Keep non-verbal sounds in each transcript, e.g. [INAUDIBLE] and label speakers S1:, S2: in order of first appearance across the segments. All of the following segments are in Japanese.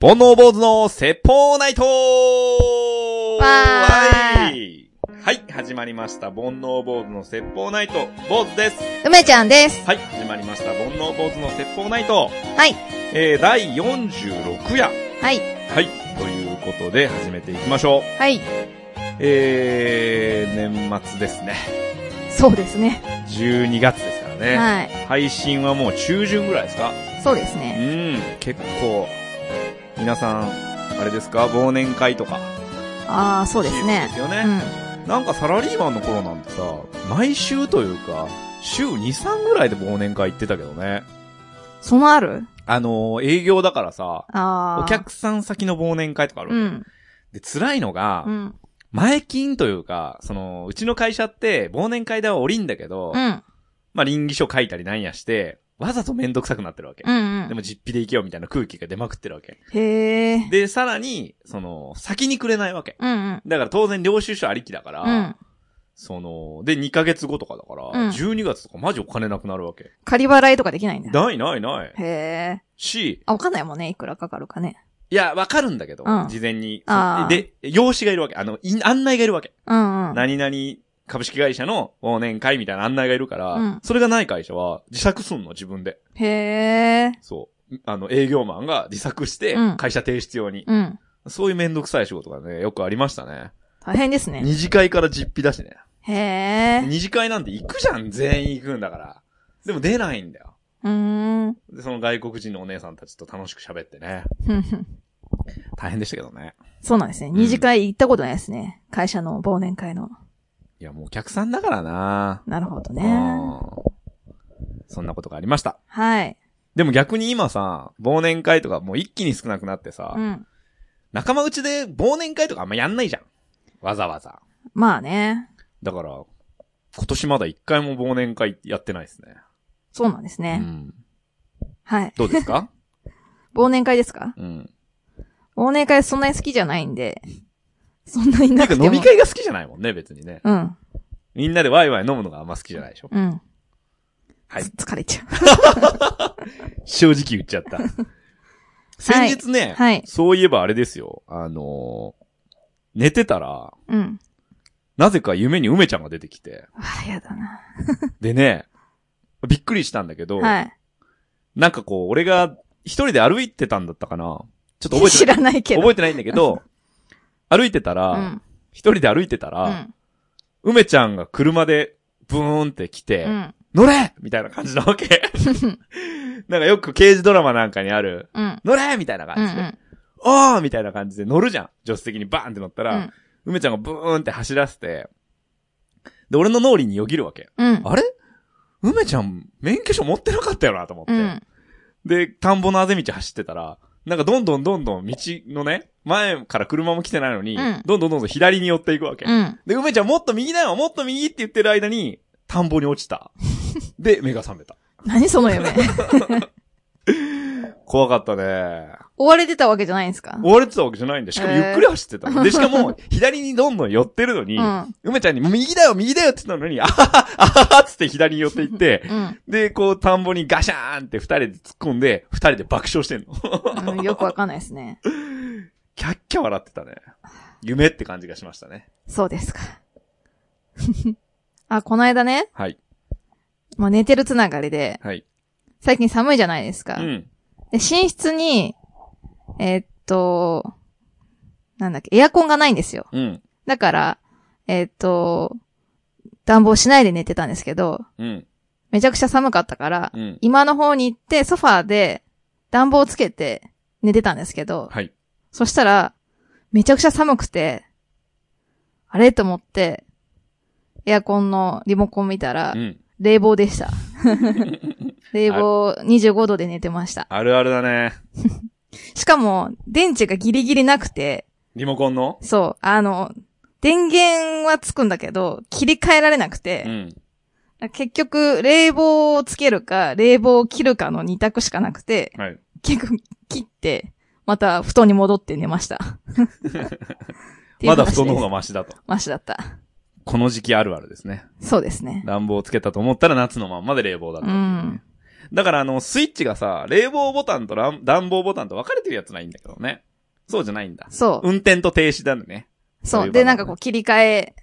S1: 煩悩坊主の説法ナイト
S2: わー
S1: いはい、始まりました。煩悩坊主の説法ナイト、坊主です。
S2: 梅ちゃんです。
S1: はい、始まりました。煩悩坊主の説法ナイト、
S2: はい。
S1: えー、第46夜。
S2: はい。
S1: はい、ということで始めていきましょう。
S2: はい。
S1: えー、年末ですね。
S2: そうですね。
S1: 12月ですからね。
S2: はい。
S1: 配信はもう中旬ぐらいですか
S2: そうです
S1: う
S2: ね。
S1: ん、結構、皆さん、あれですか忘年会とか。
S2: ああ、そうです
S1: シーズンで
S2: ね
S1: す。よ
S2: う
S1: ね。
S2: ん。
S1: なんかサラリーマンの頃なんてさ、毎週というか、週2、3ぐらいで忘年会行ってたけどね。
S2: そのある
S1: あのー営業だからさ、
S2: ああ。
S1: お客さん先の忘年会とかあるわ
S2: う
S1: け、
S2: ん。
S1: で、辛いのが
S2: う、ん。
S1: 前金というか、その、うちの会社って忘年会では降りんだけど、
S2: うん。
S1: まあ、臨議書書いたりなんやして、わざとめんどくさくなってるわけ。
S2: う
S1: で
S2: ん。うん
S1: も実費で行けよみたいな空気が出まくってるわけ。
S2: へえ。
S1: で、さらに、その、先にくれないわけ。
S2: うんうん。
S1: だから当然領収書ありきだから、
S2: うん。
S1: その、で、2ヶ月後とかだから、
S2: うん
S1: 12月とかマジお金なくなるわけ。
S2: 仮払いとかできないんだ。
S1: ないないない。
S2: へえ。
S1: し、
S2: あ、わかんないもんね。いくらかかるかね。
S1: いや、わかるんだけど、
S2: うん
S1: 事前に
S2: あ。ー
S1: で、用紙がいるわけ。あの、い案内がいるわけ。
S2: うんうん。
S1: 何々株式会社の忘年会みたいな案内がいるから、
S2: うん
S1: それがない会社は自作すんの、自分で。
S2: へえ。
S1: そう。あの、営業マンが自作して
S2: う、ん
S1: 会社提出用に、
S2: うん。
S1: そういうめんどくさい仕事がね、よくありましたね。
S2: 大変ですね。
S1: 二次会から実費だしね。
S2: へえ。
S1: 二次会なんて行くじゃん、全員行くんだから。でも出ないんだよ。
S2: うーん。 [LAUGHS]
S1: で、その外国人のお姉さんたちと楽しく喋ってね。
S2: ふんふん
S1: 大変でしたけどね。
S2: そうなんですね。二次会行ったことないですね。会社の忘年会の。
S1: いや、もうお客さんだからな
S2: なるほど
S1: う
S2: ね。
S1: ん。そんなことがありました。
S2: はい。
S1: でも逆に今さ、忘年会とかもう一気に少なくなってさ、
S2: うん。
S1: 仲間内で忘年会とかあんまやんないじゃん。わざわざ。
S2: まあね。
S1: だから、今年まだ一回も忘年会やってないですね。
S2: そうなんです
S1: う
S2: ね。
S1: ん。
S2: はい。
S1: どうです
S2: [LAUGHS]
S1: か
S2: 忘年会ですか
S1: うん。
S2: 忘年会そんなに好きじゃないんで、そんなに
S1: な
S2: なん
S1: か
S2: くても。
S1: 飲み会が好きじゃないもんね、別にね。
S2: うん。
S1: みんなでワイワイ飲むのがあんま好きじゃないでしょ。
S2: うん。
S1: はい
S2: つ疲れちゃう。
S1: 正直言っちゃ
S2: [LAUGHS]
S1: った。先日ね、
S2: はい。
S1: そういえばあれですよ。あのー寝てたら、
S2: うん。
S1: なぜか夢に梅ちゃんが出てきて。
S2: あ、やだな。
S1: でね、びっくりしたんだけど、
S2: はい。
S1: なんかこう、俺が一人で歩いてたんだったかな。ちょっと覚えて
S2: 知
S1: ない。
S2: らないけど。
S1: 覚えてないんだけど、
S2: [LAUGHS]
S1: 歩いてた
S2: う
S1: ら、
S2: ん。
S1: 一、人で歩いてた
S2: う
S1: ら、
S2: ん。
S1: 梅ちゃんが車で、ブーンって来て、
S2: うん。
S1: 乗れみたいな感じなわけ。 [LAUGHS] なんかよく刑事ドラマなんかにある、
S2: うん。
S1: 乗れみたいな
S2: うん。う
S1: 感じで、
S2: ん。
S1: おーみたいな感じで乗るじゃん。助手席にバーンって乗った
S2: う
S1: ら、
S2: ん。
S1: 梅ちゃんがブーンって走らせて、で、俺の脳裏によぎるわけ。
S2: うん。
S1: あれ梅ちゃん、免許証持ってなかったよなと思って。
S2: うん。
S1: で、田んぼのあぜ道走ってたら、なんかどんどんどんどん道のね、前から車も来てないのに、
S2: うん
S1: どんどんどんどん左に寄っていくわけ。
S2: うん。
S1: で、梅ちゃんもっと右だよもっと右って言ってる間に、田んぼに落ち
S2: [LAUGHS]
S1: た。で、目が覚めた。
S2: 何その夢
S1: [LAUGHS] 怖かったね。
S2: 追われてたわけじゃないんですか
S1: 追われてたわけじゃないんで、しかも
S2: え
S1: ゆ
S2: ー
S1: っくり走ってたの。で、しかも、左にどんどん寄ってるの
S2: う
S1: に、
S2: ん。
S1: 梅ちゃんに、右だよ右だよって言ったのに、あはは、あははっつって左に寄っていって、
S2: うん
S1: で、こう、田んぼにガシャーンって二人で突っ込んで、二人で爆笑してんの。
S2: うん。よくわかんないですね。
S1: キャッキャ笑ってたね。夢って感じがしましたね。
S2: そうですか。 [LAUGHS] あ、この間ね、
S1: はい。
S2: もう寝てるつながりで、
S1: はい。
S2: 最近寒いじゃないですか。
S1: うん。
S2: で、寝室に、えーっと、なんだっけ、エアコンがないんですよ。
S1: うん。
S2: だから、えーっと、暖房しないで寝てたんですけど、
S1: うん。
S2: めちゃくちゃ寒かったから、
S1: うん。
S2: 今の方に行ってソファーで暖房つけて寝てたんですけど、
S1: はい。
S2: そしたら、めちゃくちゃ寒くて、あれと思って、エアコンのリモコン見たら
S1: う、ん。
S2: 冷房
S1: [LAUGHS]
S2: でした。冷房25度で寝てました。
S1: あるあるだね。
S2: しかも、電池がギリギリなくて、
S1: リモコンの
S2: そう、あの、電源はつくんだけど、切り替えられなく
S1: う
S2: て、
S1: ん。
S2: 結局、冷房をつけるか、冷房を切るかの2択しかなくて、
S1: はい。
S2: 結局、切って、また布団に戻って寝ました。っていう
S1: [LAUGHS] まだ
S2: 話
S1: 布団の方
S2: です
S1: がマシだと。
S2: マシだった。
S1: この時期あるあるですね。
S2: そうですね。
S1: 暖房つけたと思ったら夏のまんまで冷房だと。
S2: うん。
S1: だからあの、スイッチがさ、冷房ボタンとらん暖房ボタンと分かれてるやつないんだけどね。そうじゃないんだ。
S2: そう。
S1: 運転と停止だね。そう
S2: そ。
S1: いうう場合
S2: で、なんかこう切り替え。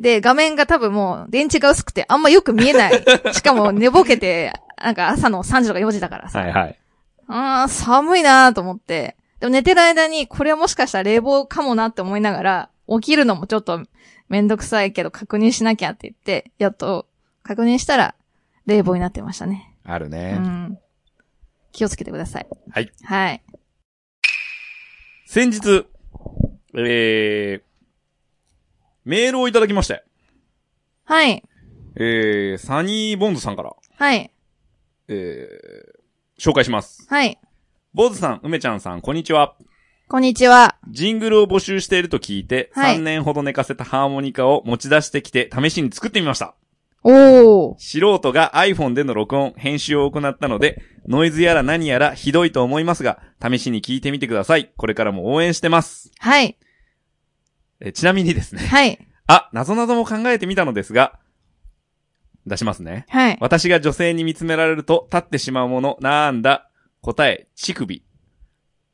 S2: で、画面が多分もう電池が薄くてあんまよく見えない。しかも寝ぼけて、なんか朝の3時とか4時だからさ。
S1: はいはい。
S2: あー、寒いなーと思って。でも寝てる間に、これはもしかしたら冷房かもなって思いながら、起きるのもちょっとめんどくさいけど確認しなきゃって言って、やっと確認したら冷房になってましたね。
S1: ある
S2: う
S1: ね。
S2: ん。気をつけてください。
S1: はい。
S2: はい。
S1: 先日、えー、メールをいただきまして、
S2: はい。
S1: えー、サニーボンズさんから、
S2: はい。
S1: えー、紹介します。
S2: はい。
S1: ボンズさん、梅ちゃんさん、こんにちは。
S2: こんにちは。
S1: ジングルを募集していると聞いて、
S2: はい
S1: 3年ほど寝かせたハーモニカを持ち出してきて、試しに作ってみました。
S2: おー。
S1: 素人が iPhone での録音、編集を行ったので、ノイズやら何やらひどいと思いますが、試しに聞いてみてください。これからも応援してます。
S2: はい。
S1: えちなみにですね、
S2: はい。
S1: あ、謎々も考えてみたのですが、出しますね。
S2: はい。
S1: 私が女性に見つめられると立ってしまうもの、なんだ、答え、乳首。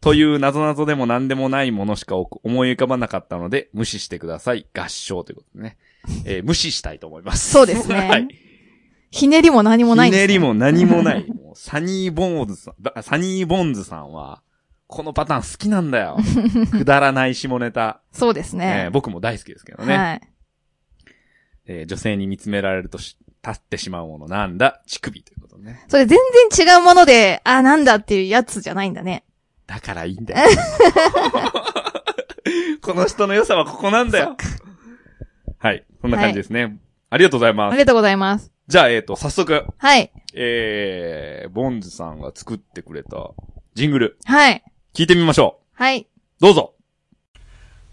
S1: という謎々でも何でもないものしか思い浮かばなかったので、無視してください。合唱ということでね。えー無視したいと思います。
S2: そうですね
S1: [LAUGHS] はい。
S2: ひねりも何もないん
S1: ひ
S2: です
S1: ねり
S2: ね
S1: も何もない。もうサニーボンズさんだ、サニーボンズさんは、このパターン好きなんだよ。くだらない下ネ
S2: [LAUGHS]
S1: タ。
S2: そうです
S1: えー
S2: ね。
S1: 僕も大好きですけどね。
S2: はい。
S1: えー女性に見つめられるとし立ってしまうものなんだ、乳首ということね。
S2: それ全然違うもので、あー、なんだっていうやつじゃないんだね。
S1: だからいいんだよ。この人の良さはここなんだよ。はい。そんな感じですね。ありがとうございま
S2: あり
S1: す。
S2: がとうございます。
S1: じゃあ、えっ、と、早速、
S2: はい。
S1: えー、ボンズさんが作ってくれたジングル、
S2: はい。
S1: 聞いてみましょ
S2: はい。
S1: う。どうぞ。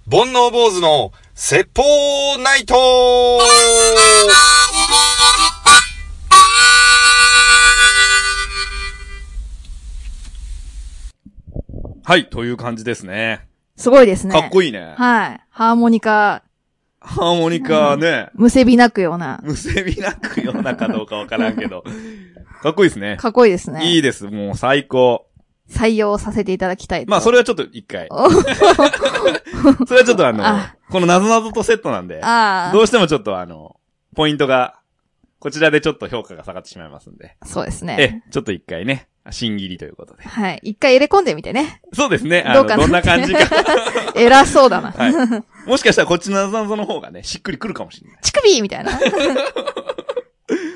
S3: 煩悩坊主の説法ナイト
S1: はい、という感じですね。
S2: すごいですね。
S1: かっこいいね。
S2: はい。ハーモニカ、
S1: ハーモニカね、
S2: むせび泣くような。
S1: むせびなくようなかどうかわからんけど、かっこいいですね。
S2: かっこいいですね。
S1: いいです、もう最高。
S2: 採用させていただきたいと。
S1: まあ、それはちょっと一
S2: [LAUGHS]
S1: 回。
S2: お。
S1: それはちょっとあの、
S2: あ
S1: この謎々とセットなんで、
S2: あ
S1: どうしてもちょっとあの、ポイントが、こちらでちょっと評価が下がってしまいますんで。
S2: あ。そうです
S1: え
S2: ね。
S1: え、ちょっと一回ね、新切りということで。
S2: はい。一回入れ込んでみてね。
S1: そうですね、あ
S2: ど
S1: の、
S2: うか
S1: ど
S2: なん
S1: な感じか。
S2: [LAUGHS] 偉そうだな。
S1: はい。もしかしたらこっちの謎々の方がね、しっくりくるかもしれない。
S2: 乳首みたいな。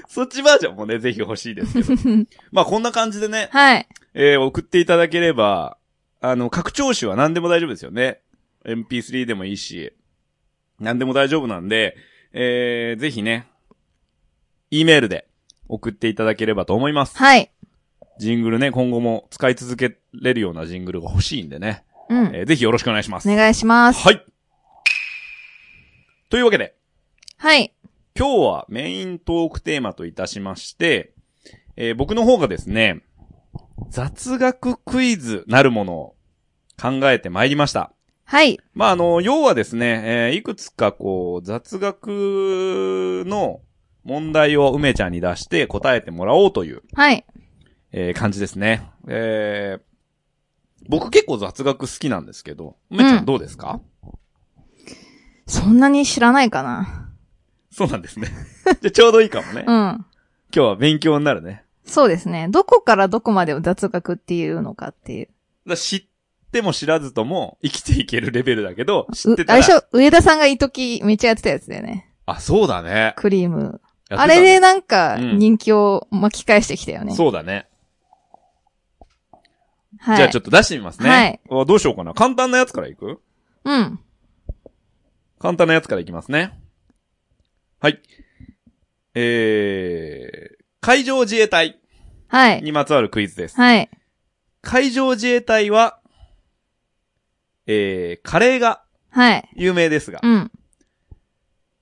S1: そっちバージョンもね、ぜひ欲しいですけど。
S2: [LAUGHS]
S1: まあ、こんな感じでね、
S2: はい。
S1: えー送っていただければ、あの、拡張子は何でも大丈夫ですよね。MP3 でもいいし、何でも大丈夫なんで、えー、ぜひね、E メールで送っていただければと思います。
S2: はい。
S1: ジングルね、今後も使い続けれるようなジングルが欲しいんでね、
S2: うん。
S1: えーぜひよろしくお願いします。
S2: お願いします。
S1: はい。というわけで、
S2: はい。
S1: 今日はメイントークテーマといたしまして、えー僕の方がですね、雑学クイズなるものを考えてまいりました。
S2: はい。
S1: まあ、あの、要はですね、えーいくつかこう、雑学の問題を梅ちゃんに出して答えてもらおうという、
S2: はい。
S1: えー感じですね。えー僕結構雑学好きなんですけど、梅ちゃ
S2: うん
S1: んどうですか、
S2: そんなに知らないかな。
S1: そうなんですね。 [LAUGHS] じゃあちょうどいいかもね。
S2: う
S1: 今
S2: ん。
S1: 日は勉強になるね。
S2: そうですね。どこからどこまでを雑学っていうのかっていう。
S1: だから知っても知らずとも生きていけるレベルだけど、知っ
S2: う
S1: て、た
S2: あれでし
S1: ら。
S2: ょ上田さんが一時めっちゃやってたやつだよね。
S1: あ、そうだね。
S2: クリーム。
S1: やってた
S2: あ
S1: ね
S2: れでなんか
S1: うん
S2: 人気を巻き返してきたよね。
S1: そうだね。
S2: はい。
S1: じゃあちょっと出してみますね。
S2: はい
S1: あどうしようかな。簡単なやつからいく
S2: うん。
S1: 簡単なやつからいきますね。はい。えー、海上自衛隊
S2: はい。
S1: にまつわるクイズです。
S2: はい。
S1: 海上自衛隊は、えー、カレーが
S2: はい。
S1: 有名ですが、
S2: うん。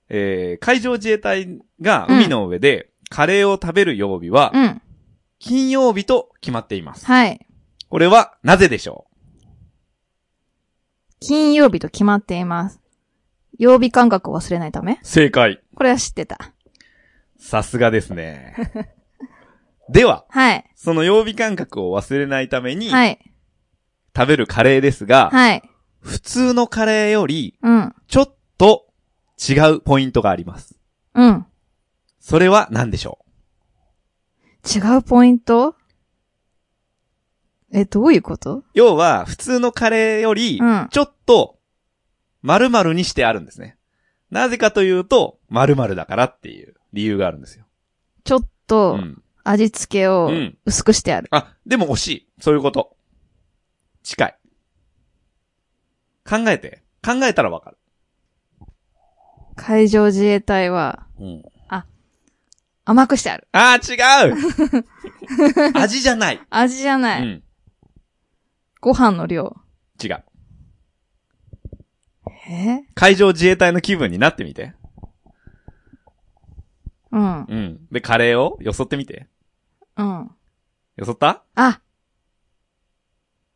S1: えー、海上自衛隊が海の上でカレーを食べる曜日は、
S2: うん。
S1: 金曜日と決まっています。
S2: はい。
S1: これはなぜでしょ
S2: 金曜日と決まっています。曜日感覚を忘れないため
S1: う正解。
S2: これは知ってた。
S1: さすがですね。 [LAUGHS] では、
S2: はい。
S1: その曜日感覚を忘れないために、
S2: はい。
S1: 食べるカレーですが、
S2: はい。
S1: 普通のカレーより、
S2: うん。
S1: ちょっと違うポイントがあります。
S2: うん。
S1: それは何でしょ
S2: 違うポイントえ、どういうこと
S1: う要は、普通のカレーより
S2: うん、
S1: ちょっと、〇〇にしてあるんですね。なぜかというと、〇〇だからっていう理由があるんですよ。
S2: ちょっ
S1: う
S2: と
S1: ん。
S2: 味付けを
S1: うん
S2: 薄くしてある。
S1: あ、でも惜しい。そういうこと。近い。考えて。考えたらわかる。
S2: 海上自衛隊は
S1: うん。
S2: 甘くしてある。
S1: あー、違う
S2: [LAUGHS]
S1: 味じゃない。
S2: 味じゃ
S1: う
S2: ない。
S1: ん。
S2: ご飯の量。
S1: 違う。
S2: え
S1: 海上自衛隊の気分になってみて。
S2: うん。
S1: うん。で、カレーをよそってみて。
S2: うん。
S1: よそった
S2: あ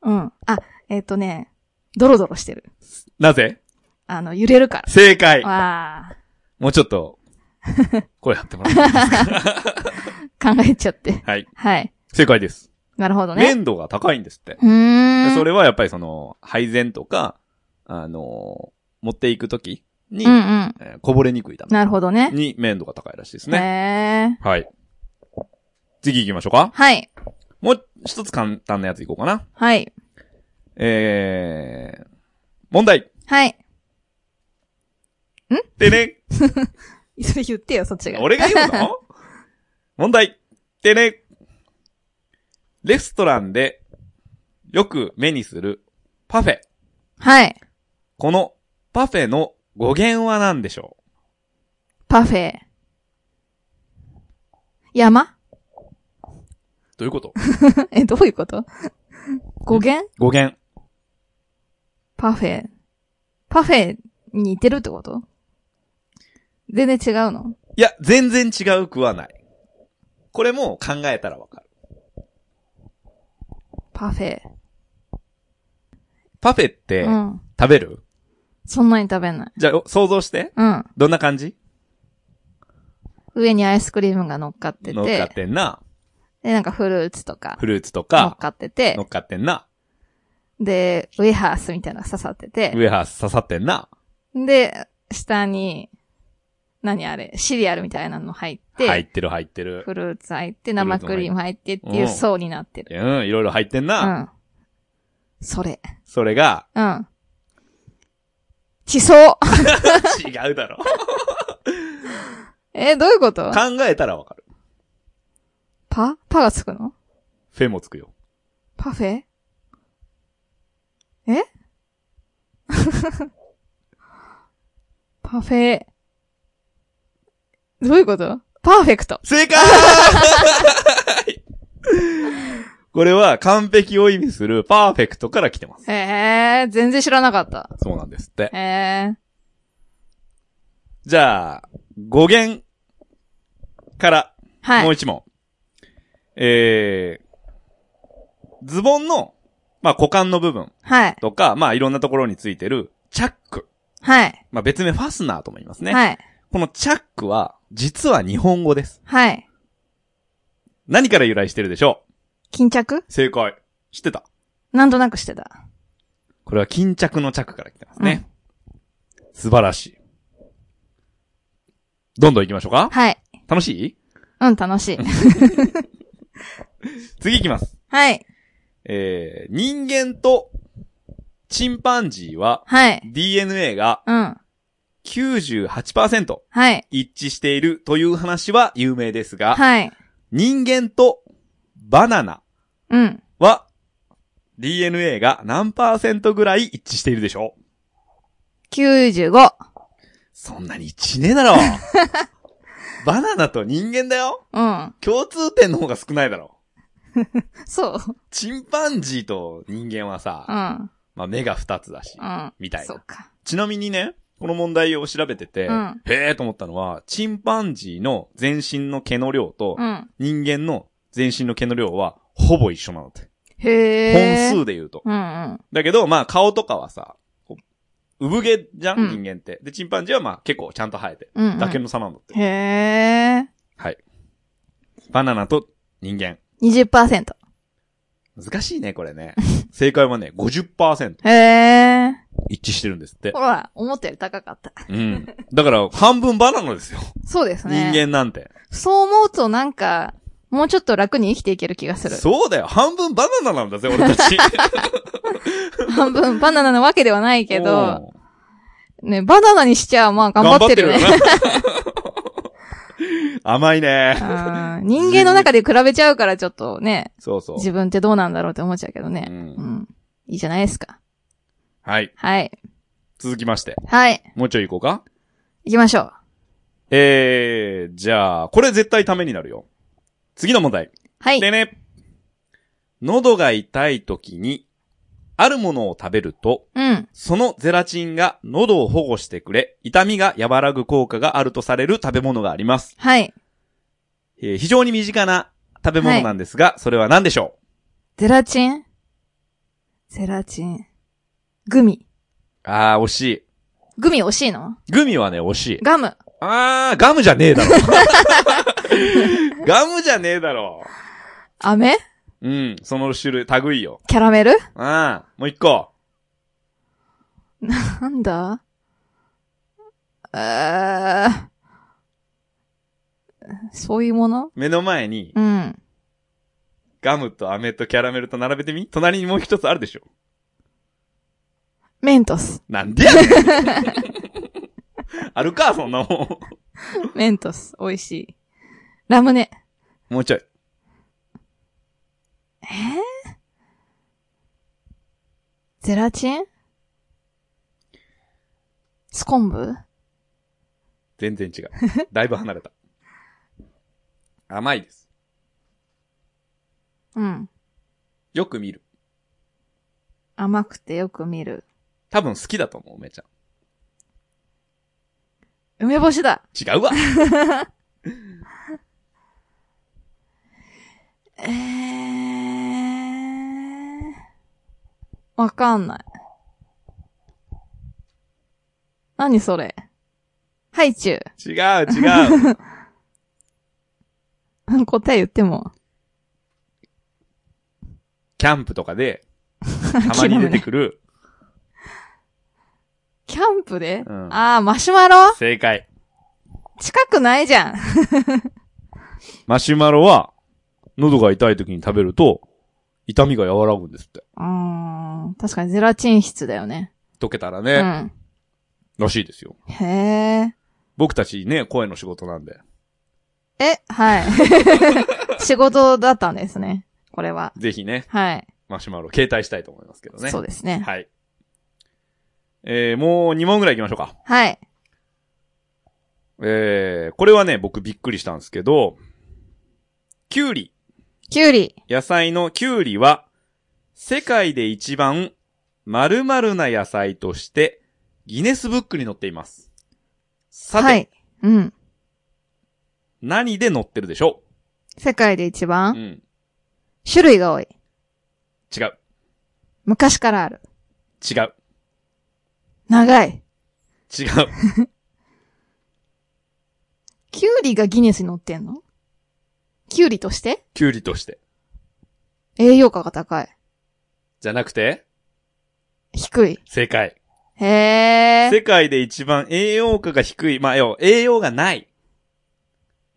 S2: うん。あ、えっ、とね、ドロドロしてる。
S1: なぜ
S2: あの、揺れるか
S1: 正解
S2: ら。わあ、
S1: もうちょっ
S2: [LAUGHS]
S1: と、声張ってもらっていいですか
S2: 考えちゃって。
S1: はい。
S2: はい。
S1: 正解です。
S2: なるほどね。
S1: 粘度が高いんですって。
S2: うーん。
S1: それはやっぱりその、配膳とか、あのー持っていくときに、
S2: うんうん。
S1: えーこぼれにくいため
S2: なるほどね。
S1: に粘度が高いらしいですね。
S2: ねえ。
S1: はい。次行きましょうか。
S2: はい。
S1: もう一つ簡単なやつ行こうかな。
S2: はい。
S1: えー、問題。
S2: はい。
S1: で
S2: [LAUGHS]
S1: ね、
S2: それ言ってよ、そっちが。
S1: 俺が言うの問題。でね、レストランでよく目にするパフェ。
S2: [LAUGHS] はい。
S1: このパフェの語源は何でしょ
S2: パフェ。山 [LAUGHS]
S1: うどういうこと
S2: え、どういうこと [LAUGHS] 語源
S1: 語源。
S2: パフェ。パフェに似てるってこと全然違うの
S1: いや、全然違うくはない。これも考えたらわかる。
S2: パフェ。
S1: パフェって
S2: うん。
S1: 食べる、
S2: そんなに食べない。
S1: じゃあ、お想像して。
S2: うん。
S1: どんな感じ
S2: 上にアイスクリームが乗っかってて、
S1: 乗っかってんな。
S2: で、なんかフルーツとか
S1: フルーツと
S2: 乗っ
S1: か、
S2: かってて
S1: 乗、っかってんな。
S2: で、ウェハースみたいなのが刺さってて
S1: ウ、ェハース刺さってんな。
S2: で、下に、何あれ、シリアルみたいなの入って、
S1: 入ってる入ってる。
S2: フルーツ入って、生クリーム入ってっていう層になってる。
S1: うん、いろいろ入ってん
S2: う
S1: な。
S2: ん。それ。
S1: それ
S2: [LAUGHS]
S1: が、
S2: うん。地層
S1: 違うだ
S2: [LAUGHS]
S1: ろ。
S2: え、どういうこと
S1: 考えたらわかる。
S2: パパがつくの
S1: フェもつくよ。
S2: パフェえ [LAUGHS] パフェ。どういうことパーフェクト。
S1: 正解 [LAUGHS] これは完璧を意味するパーフェクトから来てます。
S2: えー、全然知らなかった。
S1: そうなんですって。
S2: えー、
S1: じゃあ、語源から
S2: はい。
S1: もう一問。えー、ズボンの、まあ、股間の部分
S2: はい。
S1: とか、まあ、いろんなところについてるチャック。
S2: はい。
S1: まあ、別名ファスナーとも言いますね。
S2: はい。
S1: このチャックは、実は日本語です。
S2: はい。
S1: 何から由来してるでしょ
S2: 巾着
S1: う正解。知ってた
S2: なんとなくしてた。
S1: これは巾着の着から来てますね。素晴らしい。どんどん行きましょうか
S2: はい。
S1: 楽しい
S2: うん、
S1: [LAUGHS]
S2: 楽しい。
S1: 次行きます。
S2: はい。
S1: えー、人間とチンパンジーは
S2: はい。
S1: DNA が
S2: うん。
S1: 98%
S2: はい。
S1: 一致しているという話は有名ですが、
S2: はい。
S1: 人間とバナナ
S2: うん。
S1: は DNA が何パーセントぐらい一致しているでしょう
S2: 95。
S1: そんなに一致ねえだ
S2: [LAUGHS]
S1: ろバナナと人間だよ
S2: うん。
S1: 共通点の方が少ないだろ。
S2: そう。
S1: チンパンジーと人間はさ、
S2: うん。
S1: まあ目が二つだし、
S2: うん。
S1: みたい
S2: そう
S1: な。
S2: か。
S1: ちなみにね、この問題を調べてて、
S2: うん
S1: へえと思ったのは、チンパンジーの全身の毛の量と、
S2: うん。
S1: 人間の全身の毛の量は、ほぼ一緒なんだって。
S2: へ
S1: 本
S2: え。数。
S1: 数で言うと。
S2: うんうん。
S1: だけど、まあ顔とかはさ、こう産毛じゃん、
S2: うん
S1: 人間って。で、チンパンジーはまあ結構ちゃんと生えて。
S2: うん、うん。
S1: だけの差なんだって。
S2: へえ。
S1: バナナと人間。
S2: 20%。
S1: 難しいね、これ
S2: [LAUGHS]
S1: ね。正解はね、50%
S2: へえ。
S1: 一致してるんですって
S2: ほ。ら、思ったより高かった。
S1: うん。だから、半分バナナですよ。
S2: そうです
S1: 人
S2: ね。
S1: 間なんて。
S2: そう思うとなんか、もうちょっと楽に生きていける気がする。
S1: そうだよ。半分バナナなんだぜ、俺た
S2: [LAUGHS]
S1: ち。
S2: 半分バナナなわけではないけど、ね、バナナにしちゃまあ頑張ってるよね。
S1: 頑張ってるよな甘いね。 [LAUGHS]
S2: あー人間の中で比べちゃうからちょっとね、
S1: そうそう。
S2: 自分ってどうなんだろうって思っちゃうけど
S1: う、
S2: ね。うんん。いいじゃないですか。
S1: はい。
S2: はい。
S1: 続きまして。
S2: はい。
S1: もうちょい行こうか。
S2: 行きましょう。
S1: えー、じゃあ、これ絶対ためになるよ。次の問題。
S2: はい。
S1: でね。喉が痛い時に、あるものを食べると、
S2: うん。
S1: そのゼラチンが喉を保護してくれ、痛みが和らぐ効果があるとされる食べ物があります。
S2: はい。
S1: えー非常に身近な食べ物なんですが、それは何でしょ
S2: ゼラチンゼラチン。グミ。
S1: うあー、惜しい。
S2: グミ惜しいの
S1: グミはね、惜しい。
S2: ガム。
S1: あー、ガムじゃねえだろ。ガムじゃねえだろ。
S2: 飴
S1: うん、その種類、類よ。
S2: キャラメル
S1: あー、もう一個。
S2: なんだえーそういうもの
S1: 目の前に、
S2: うん。
S1: ガムと飴とキャラメルと並べてみ隣にもう一つあるでしょ。
S2: メントス。
S1: なんでやねんあるか、そんなも
S2: メントス。美味しい。ラムネ。
S1: ん。もうちょい。
S2: ゼラチンスコンブ
S1: 全然違う。だいぶ離れた。甘いです。
S2: うん。
S1: よく見る。
S2: 甘くてよく見る。
S1: 多分好きだと思う、梅ちゃ
S2: 梅干し
S1: ん。
S2: だ。
S1: 違うわ。
S2: えー。わかんない。何それハイチュウ。
S1: 違う、違う。
S2: うん [LAUGHS] 答え言っても。
S1: キャンプとかで、たまに出てくる、
S2: キャンプで、
S1: うん
S2: ああ、マシュマロ
S1: 正解。
S2: 近くないじゃん。
S1: マシュマロは、喉が痛い時に食べると、痛みが和らぐんですって。
S2: うーん。確かにゼラチン質だよね。
S1: 溶けたら
S2: う
S1: ね、
S2: ん。
S1: らしいですよ。
S2: へ
S1: 僕たちね、声の仕事なんで、
S2: え。え、
S1: [LAUGHS]
S2: はい。仕事だったんですね。これは。
S1: ぜひね、
S2: はい。
S1: マシュマロ携帯したいと思いますけどね。
S2: そうですね。
S1: はい。えー、もう2問ぐらい行きましょうか。
S2: はい。
S1: えー、これはね、僕びっくりしたんですけど、キュウリ、
S2: きゅうり。
S1: 野菜のキュウリは、世界で一番〇〇な野菜として、ギネスブックに載っています。さて、
S2: はい。うん。
S1: 何で載ってるでしょ
S2: 世界で一
S1: うう
S2: 番、
S1: ん。
S2: 種類が多い。
S1: 違う。
S2: 昔からある。
S1: 違う。
S2: 長い。
S1: 違う。 [LAUGHS]
S2: きゅうりがギネスに載ってんのきゅうりとして
S1: キュウリとして。
S2: 栄養価が高い。
S1: じゃなくて、
S2: 低い。
S1: 正解。
S2: へー。
S1: 世界で一番栄養価が低い、まあ、要栄養がない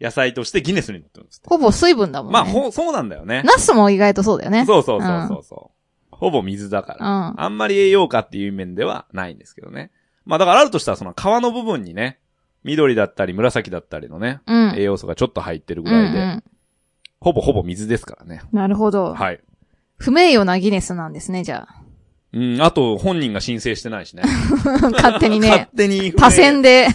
S1: 野菜としてギネスに載ってるんですって。
S2: ほぼ水分だもんね。
S1: まあ、ほ、そうなんだよね。
S2: ナスも意外とそうだよね。
S1: そうそうそうそうそう。ほぼ水だから。
S2: うん。
S1: あんまり栄養価っていう面ではないんですけどね。まあだからあるとしたらその皮の部分にね、緑だったり紫だったりのね、
S2: うん。
S1: 栄養素がちょっと入ってるぐらいで、
S2: うんうん
S1: ほぼほぼ水ですからね。
S2: なるほど。
S1: はい。
S2: 不名誉なギネスなんですね、じ
S1: [LAUGHS]
S2: ゃあ。
S1: うん、あと本人が申請してないしね。
S2: 勝手に
S1: 勝
S2: ね。
S1: 手に。
S2: 多選
S1: で。
S2: で、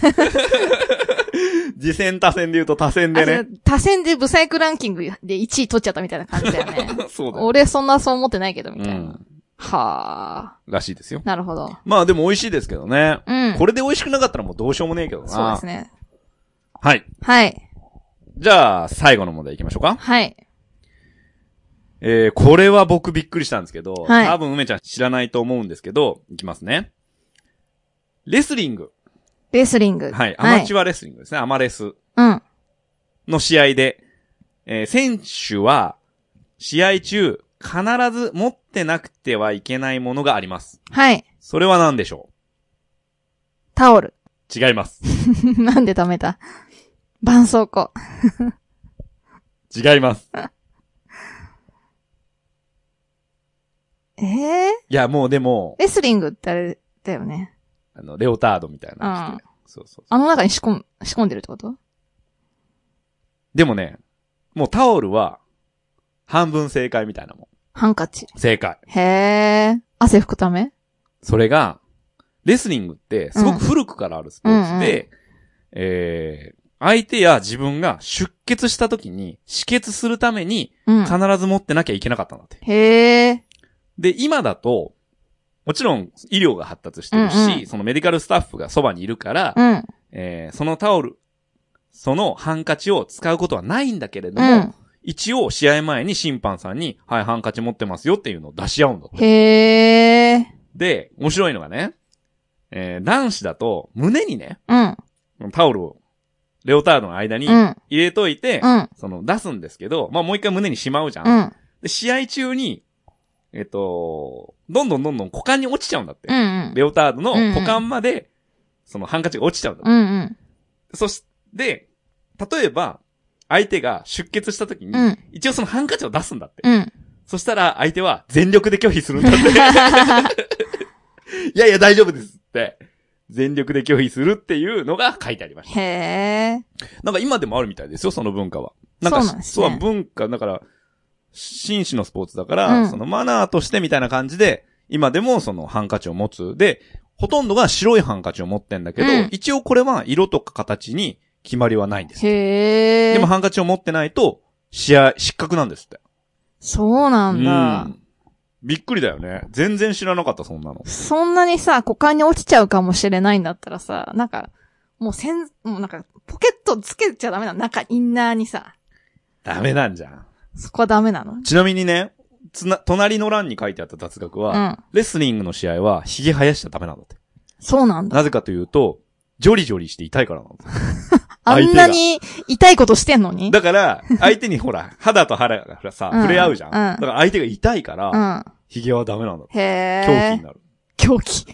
S1: 次戦多選で言うと多選でね。
S2: [LAUGHS] 多選でブサイクランキングで1位取っちゃったみたいな感じだよね。
S1: [LAUGHS] そうだよ。
S2: 俺そんなそう思ってないけど、み
S1: う
S2: たいな。
S1: ん。
S2: はあ。
S1: らしいですよ。
S2: なるほど。
S1: まあでも美味しいですけどね。
S2: うん。
S1: これで美味しくなかったらもうどうしようもねえけどな。
S2: そうですね。
S1: はい。
S2: はい。
S1: じゃあ、最後の問題いきましょうか。
S2: はい。
S1: えー、これは僕びっくりしたんですけど、
S2: はい
S1: 多分梅ちゃん知らないと思うんですけど、いきますね。レスリング。
S2: レスリング。
S1: はい。アマチュアレスリングですね。アマレス
S2: うん。
S1: の試合で、えー選手は、試合中、必ず持ってなくてはいけないものがあります。
S2: はい。
S1: それは何でしょ
S2: タオル。 [LAUGHS]
S1: う違います。
S2: なんで貯めた絆創膏。
S1: 違います。
S2: ええ
S1: いや、もうでも、
S2: レスリングってあれだよね。
S1: あの、レオタードみたい
S2: うん。
S1: なの着て。
S2: あ
S1: そうそうそう。
S2: の中に仕込む、仕込んでるってこと
S1: でもね、もうタオルは、半分正解みたいなも
S2: ハンカチ。
S1: ん。正解。
S2: へえ。汗拭くため
S1: それが、レスリングって、すごく古くからあるスポーツで、えー、相手や自分が出血した時に、止血するために、
S2: うん。
S1: 必ず持ってなきゃいけなかったんだって。
S2: へえ。
S1: で、今だと、もちろん医療が発達してるし、
S2: うんうん
S1: そのメディカルスタッフがそばにいるから、
S2: うん。
S1: えーそのタオル、そのハンカチを使うことはないんだけれど
S2: う
S1: も、
S2: ん。
S1: 一応試合前に審判さんに、はい、ハンカチ持ってますよっていうのを出し合うんだって。
S2: へえ。
S1: で、面白いのがね、えー男子だと、胸にね、
S2: うん。
S1: タオルを、レオタードの間に
S2: う
S1: 入
S2: ん。
S1: れといて、
S2: うん。
S1: その出すんですけど、まあもう一回胸にしまうじゃん。
S2: うん。
S1: で、試合中に、えっと、どんどんどんどん股間に落ちちゃうんだって。
S2: うん。
S1: レオタードの
S2: うんうん
S1: 股間まで、そのハンカチが落ちちゃうんだって。
S2: うん。うん。
S1: そして、例えば、相手が出血した時に、
S2: うん
S1: 一応そのハンカチを出すんだって。
S2: うん。
S1: そしたら相手は全力で拒否するんだって。 [LAUGHS] いやいや大丈夫ですって。全力で拒否するっていうのが書いてありました。
S2: [LAUGHS] へえ。
S1: なんか今でもあるみたいですよ、その文化は。か
S2: そうなんですね
S1: そう文化、だから、紳士のスポーツだから、
S2: うん
S1: そのマナーとしてみたいな感じで、今でもそのハンカチを持つ。で、ほとんどが白いハンカチを持ってんだけど、
S2: うん
S1: 一応これは色とか形に決まりはないんです。
S2: へえ。
S1: でもハンカチを持ってないと、試合、失格なんですって。
S2: そうなんだ。
S1: うんびっくりだよね。全然知らなかった、そんなの。
S2: そんなにさ、股間に落ちちゃうかもしれないんだったらさ、なんか、もうせん、もうなんか、ポケットつけちゃダメなの中、インナーにさ。
S1: ダメなんじゃん。
S2: そこはダメなの
S1: ちなみにね、つな、隣の欄に書いてあった雑学
S2: う
S1: は、
S2: ん。
S1: レスリングの試合は、髭生やしちゃダメなんだって。
S2: そうなんだ。
S1: なぜかというと、ジョリジョリして痛いからなんだって。
S2: あ
S1: 相
S2: ん
S1: 手が
S2: なに痛いことしてんのに
S1: だから、相手にほら、肌と腹がさ、
S2: うん
S1: 触れ合うじゃん。
S2: うん
S1: だから相手が痛いから、
S2: う
S1: 髭はダメなんだって。
S2: ん。へ
S1: 狂気
S2: え
S1: に。なる。
S2: 狂気。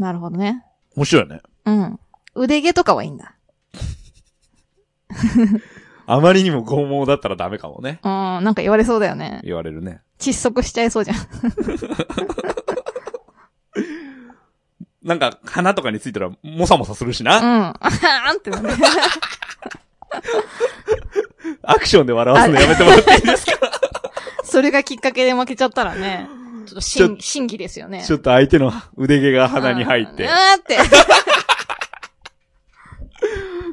S2: [LAUGHS] なるほどね。
S1: 面白いね。
S2: うん。腕毛とかはいいんだ。
S1: あまりにも剛毛だったらダメかもね。
S2: うん、なんか言われそうだよね。
S1: 言われるね。
S2: 窒息しちゃいそうじ
S1: [LAUGHS]
S2: ゃん。
S1: なんか、鼻とかについたら、もさもさするしな。
S2: うん。あーんってなる。
S1: アクションで笑わすのやめてもら [LAUGHS] っていいですか
S2: それがきっかけで負けちゃったらね、ちょっと
S1: ちょ
S2: 審審議ですよね。
S1: ちょっと相手の腕毛が鼻に入って、
S2: う
S1: あ [LAUGHS]
S2: ん、って。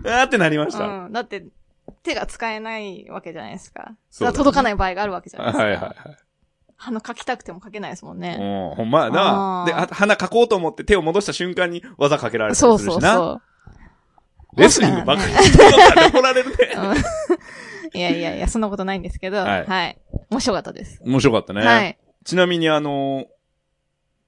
S1: ーってなりました。
S2: うん。だって、手が使えないわけじゃないですか。
S1: そうだね
S2: だから届かない場合があるわけじゃない
S1: は
S2: で
S1: い
S2: すか。
S1: はいは
S2: 鼻かきたくてもかけないですもん
S1: い。
S2: ね。
S1: うん、ほんまやな
S2: あ。ー
S1: で、あ鼻かこうと思って手を戻した瞬間に技かけられた
S2: そ
S1: り
S2: う
S1: する
S2: そ
S1: し
S2: う
S1: な。
S2: そう。
S1: レスリングばっかり [LAUGHS] して怒られるね。
S2: うんいやいやいや、そんなことないんですけど、
S1: は
S2: はいい。面白かったです。
S1: 面白かったね。
S2: はい。
S1: ちなみにあのー、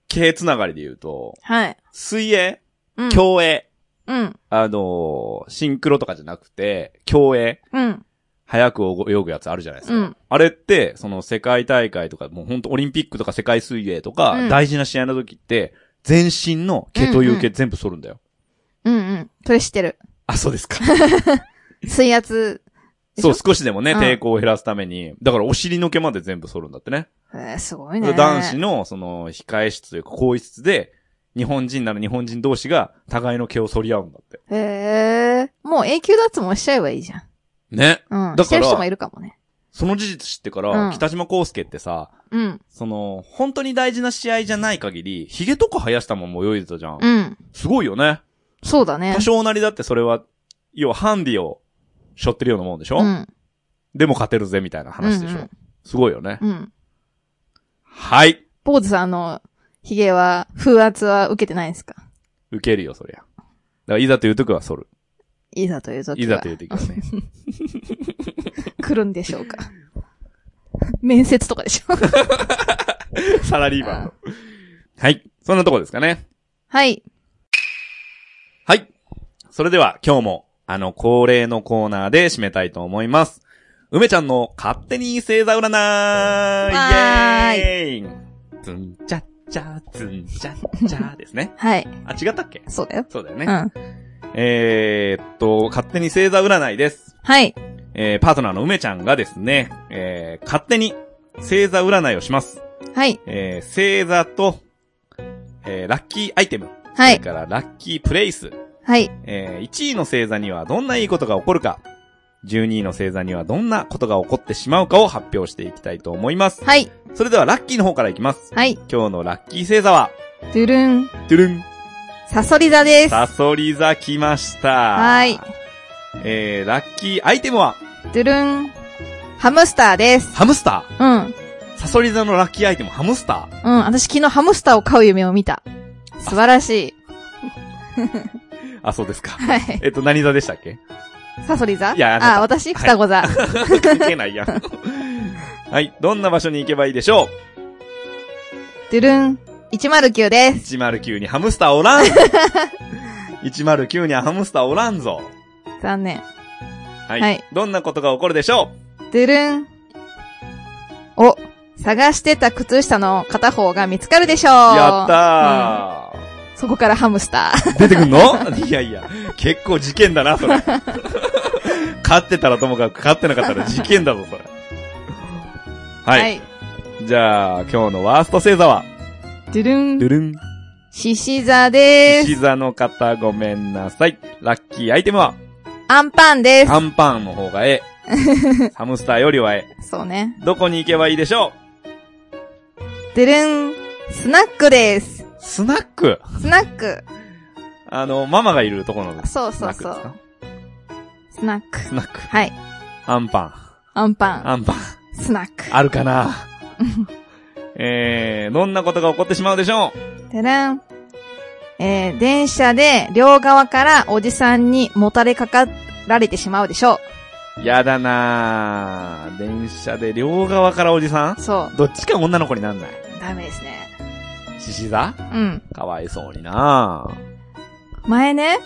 S1: 系つながりで言うと、
S2: はい。
S1: 水泳、
S2: うん。
S1: 競泳、
S2: うん。
S1: あのー、シンクロとかじゃなくて、競泳、
S2: うん。
S1: 早く泳ぐやつあるじゃないですか。
S2: うん
S1: あれって、その世界大会とか、もう本当オリンピックとか世界水泳とか、
S2: うん
S1: 大事な試合の時って、全身の毛という
S2: うんう
S1: 毛全部剃るんだよ。
S2: うんうん。それ知ってる。
S1: あ、そう
S2: [LAUGHS]
S1: ですか。
S2: 水圧、でし
S1: そう、
S2: ょ
S1: 少しでもね、
S2: うん
S1: 抵抗を減らすために、だからお尻の毛まで全部剃るんだってね。
S2: えー、すごいね。
S1: 男子の、その、控え室というか、更衣室で、日本人なら日本人同士が、互いの毛を剃り合うんだって。
S2: えー、もう永久脱毛しちゃえばいいじゃ
S1: ね。
S2: ん。うん。
S1: だから
S2: してる人もいるかもね。
S1: その事実知ってから、
S2: うん
S1: 北島康介ってさ、
S2: うん。
S1: その、本当に大事な試合じゃない限り、髭とか生やしたまま泳いでたじゃん。
S2: うん。
S1: すごいよね。
S2: そうだね
S1: 多。少なりだってそれは、要はハンディを背負ってるようなもんでしょ、
S2: うん。
S1: でも勝てるぜみたいな話でしょ、
S2: うんうん
S1: すごいよね。
S2: うん。
S1: はい。
S2: 坊主さんの、ヒゲは、風圧は受けてないですか
S1: 受けるよ、そりゃ。だからいざという時は反る。
S2: いざという時は。
S1: いざという時はね。
S2: 来るんでしょうか。 [LAUGHS] 面接とかでしょ [LAUGHS]
S1: サラリーマンの。はい。そんなとこですかね。
S2: はい。
S1: はい。それでは今日もあの恒例のコーナーで締めたいと思います。梅ちゃんの勝手に星座占
S2: わー
S1: いイ
S2: い
S1: ェーイつんちゃっちゃ、つんちゃっちゃですね。
S2: はい。
S1: あ、違ったっけ
S2: そうだよ。
S1: そうだよ
S2: う
S1: ね。
S2: ん。
S1: えー、っと、勝手に星座占いです。
S2: はい。
S1: えー、パートナーの梅ちゃんがですね、えー、勝手に星座占いをします。
S2: はい。
S1: えー、星座と、えー、ラッキーアイテム。
S2: は
S1: そ
S2: い。
S1: れからラッキープレイス。
S2: はい。
S1: えー、1位の星座にはどんないいことが起こるか、12位の星座にはどんなことが起こってしまうかを発表していきたいと思います。
S2: はい。
S1: それではラッキーの方からいきます。
S2: はい。
S1: 今日のラッキー星座は、
S2: ドゥルン。
S1: ドゥルン、
S2: サソリ座です。
S1: サソリ座来ました。
S2: はい。
S1: えー、ラッキーアイテムは、
S2: ドゥルン。ハムスターです。
S1: ハムスタ
S2: うん。うん。
S1: ー。サソリ座のラッキーアイテム、ハムスタ
S2: 私昨日ハムスターを飼う夢を見た。素晴らしい。
S1: ー。あ、そうですか。
S2: はい。
S1: えっと、何座でしたっ [LAUGHS] け
S2: サソリ座
S1: いやあなた
S2: あ、私
S1: い
S2: 双子座。
S1: 関係ないやん。はい。どんな場所に行けばいいでしょう
S2: ドゥルン。109です。
S1: ?109 にハムスターお [LAUGHS] らん !109 にはハムスターおらんぞ。
S2: 残念。
S1: はい。
S2: はい
S1: どんなことが起こるでしょ
S2: ドゥルン。お、探してた靴下の片方が見つかるでしょう。
S1: うやったー、
S2: そこからハムスター。
S1: 出てくんのいやいや、結構事件だな、そ [LAUGHS] れ。勝ってたらともかく、勝ってなかったら事件だぞ、それ。はい。
S2: はい。
S1: じゃあ、今日のワースト星座は、
S2: ドゥルン。
S1: ルルン。
S2: 獅子座で
S1: 獅
S2: す。
S1: 子座の方ごめんなさい。ラッキーアイテムは、
S2: アンパンです
S1: ア。ンパンの方がええ。
S2: [LAUGHS]
S1: ハムスターよりはえ
S2: そうね。
S1: え。どこに行けばいいでしょ
S2: ドゥルン。スナックです
S1: う。スナック
S2: スナック。
S1: あの、ママがいるところのス
S2: そうそ
S1: ナ
S2: う
S1: ックで
S2: そ
S1: す
S2: う
S1: か。
S2: スナック。
S1: スナック。
S2: はい。
S1: アンパン。
S2: アンパン。
S1: アンパン。
S2: スナック。
S1: あるか
S2: [LAUGHS]
S1: なえー、どんなことが起こってしまうでしょ
S2: てれん。えー、電車で両側からおじさんにもたれかかられてしまうでしょ
S1: うやだなー電車で両側からおじさん
S2: う。そう。
S1: どっちか女の子になんない
S2: ダメですね。
S1: 獅子座
S2: うん。
S1: かわいそうにな
S2: 前ね、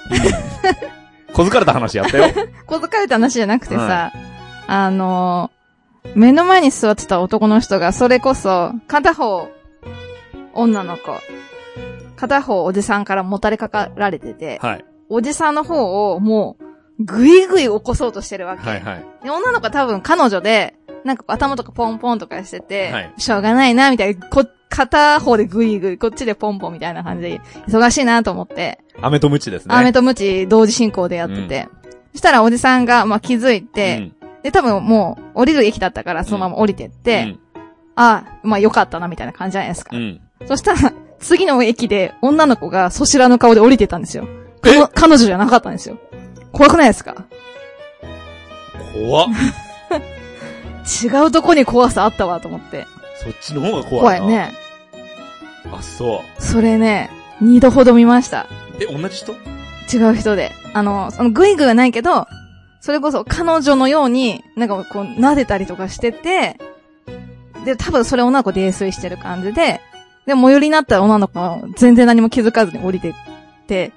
S1: ー小づかれた話やったよ。
S2: 小づかれた話じゃなくてさ、あのー目の前に座ってた男の人が、それこそ、片方、女の子、片方おじさんからもたれかかられてて、
S1: [LAUGHS] はい。
S2: おじさんの方をもう、ぐいぐい起こそうとしてるわけ。
S1: はいはい。
S2: で女の子は多分彼女で、なんかこう頭とかポンポンとかしてて、
S1: はい
S2: しょうがないな、みたいな、こ、片方でぐいぐい、こっちでポンポンみたいな感じで、忙しいなと思って、
S1: 飴とムチですね。
S2: アメとムチ同時進行でやってて、そしたらおじさんが、まあ、気づいて、で、多分もう、降りる駅だったから、そのまま降りてっ
S1: うん、
S2: て、ああ、まあ、よかったな、みたいな感じじゃないですか。
S1: うん。うん。
S2: そしたら、次の駅で、女の子が、そしらの顔で降りてたんですよ。彼女彼女じゃなかったんですよ。怖くないですか
S1: 怖っ。
S2: 違うとこに怖さあったわ、と思って。
S1: そっちの方が怖
S2: 怖
S1: いな。
S2: い。ね。
S1: あ、そう。
S2: それね、二度ほど見ました。
S1: え、同じ人
S2: 違う人で。あの、そのグイグイはないけど、それこそ彼女のように、なんかこう、撫でたりとかしてて、で、多分それ女の子泥酔してる感じで、で、最寄りになったら女の子は全然何も気づかずに降りてって、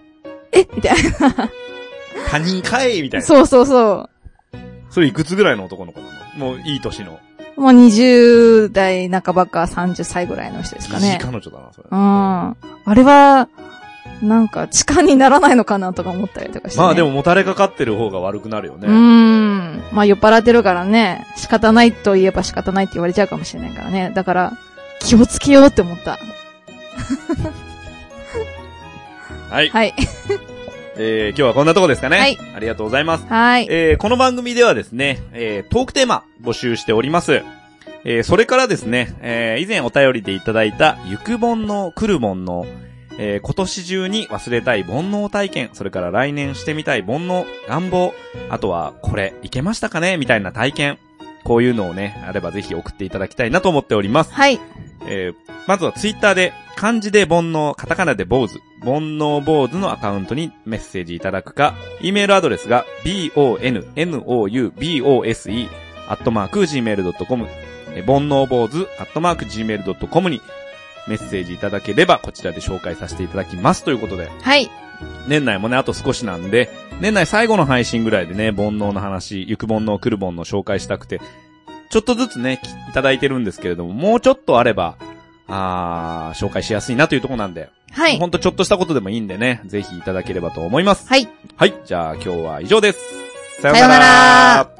S2: えみたい
S1: 他人かいみたいな。
S2: な。そうそうそ
S1: それいくつぐらいの男の子なのもういい年の。
S2: う。もう20代半ばか30歳ぐらいの人ですか
S1: いい
S2: ね。
S1: 彼女だな、それ
S2: うん。。あれは、なんか痴漢にならないのかなとか思ったりとかして、ね。
S1: まあでも、もたれかかってる方が悪くなるよ
S2: うー
S1: ね。
S2: ん。まあ酔っ払ってるからね、仕方ないと言えば仕方ないって言われちゃうかもしれないからね。だから、気をつけようって思った。
S1: はい。 [LAUGHS]
S2: はい。
S1: えー、今日はこんなとこですかね。
S2: はい
S1: ありがとうございます。
S2: はい。
S1: えー、この番組ではですね、えー、トークテーマ募集しております。えー、それからですね、えー、以前お便りでいただいた、ゆくぼんのくるぼんの、えー、今年中に忘れたい煩悩体験、それから来年してみたい煩悩、願望、あとは、これ、いけましたかねみたいな体験。こういうのをね、あればぜひ送っていただきたいなと思っております。
S2: はい。
S1: えーまずはツイッターで、漢字で煩悩、カタカナで坊主、煩悩坊主のアカウントにメッセージいただくか、e メールアドレスが、bonoubose、アットマーク gmail.com、えー煩悩坊主、アットマーク gmail.com にメッセージいただければ、こちらで紹介させていただきますということで、
S2: はい。
S1: 年内もね、あと少しなんで、年内最後の配信ぐらいでね、煩悩の話、行く煩悩来る煩悩紹介したくて、ちょっとずつね、きいただいてるんですけれども、もうちょっとあれば、あー、紹介しやすいなというところなんで、
S2: はい
S1: ほ。んとちょっとしたことでもいいんでね、ぜひいただければと思います。
S2: はい。
S1: はい、じゃあ今日は以上です。さ
S2: さようなら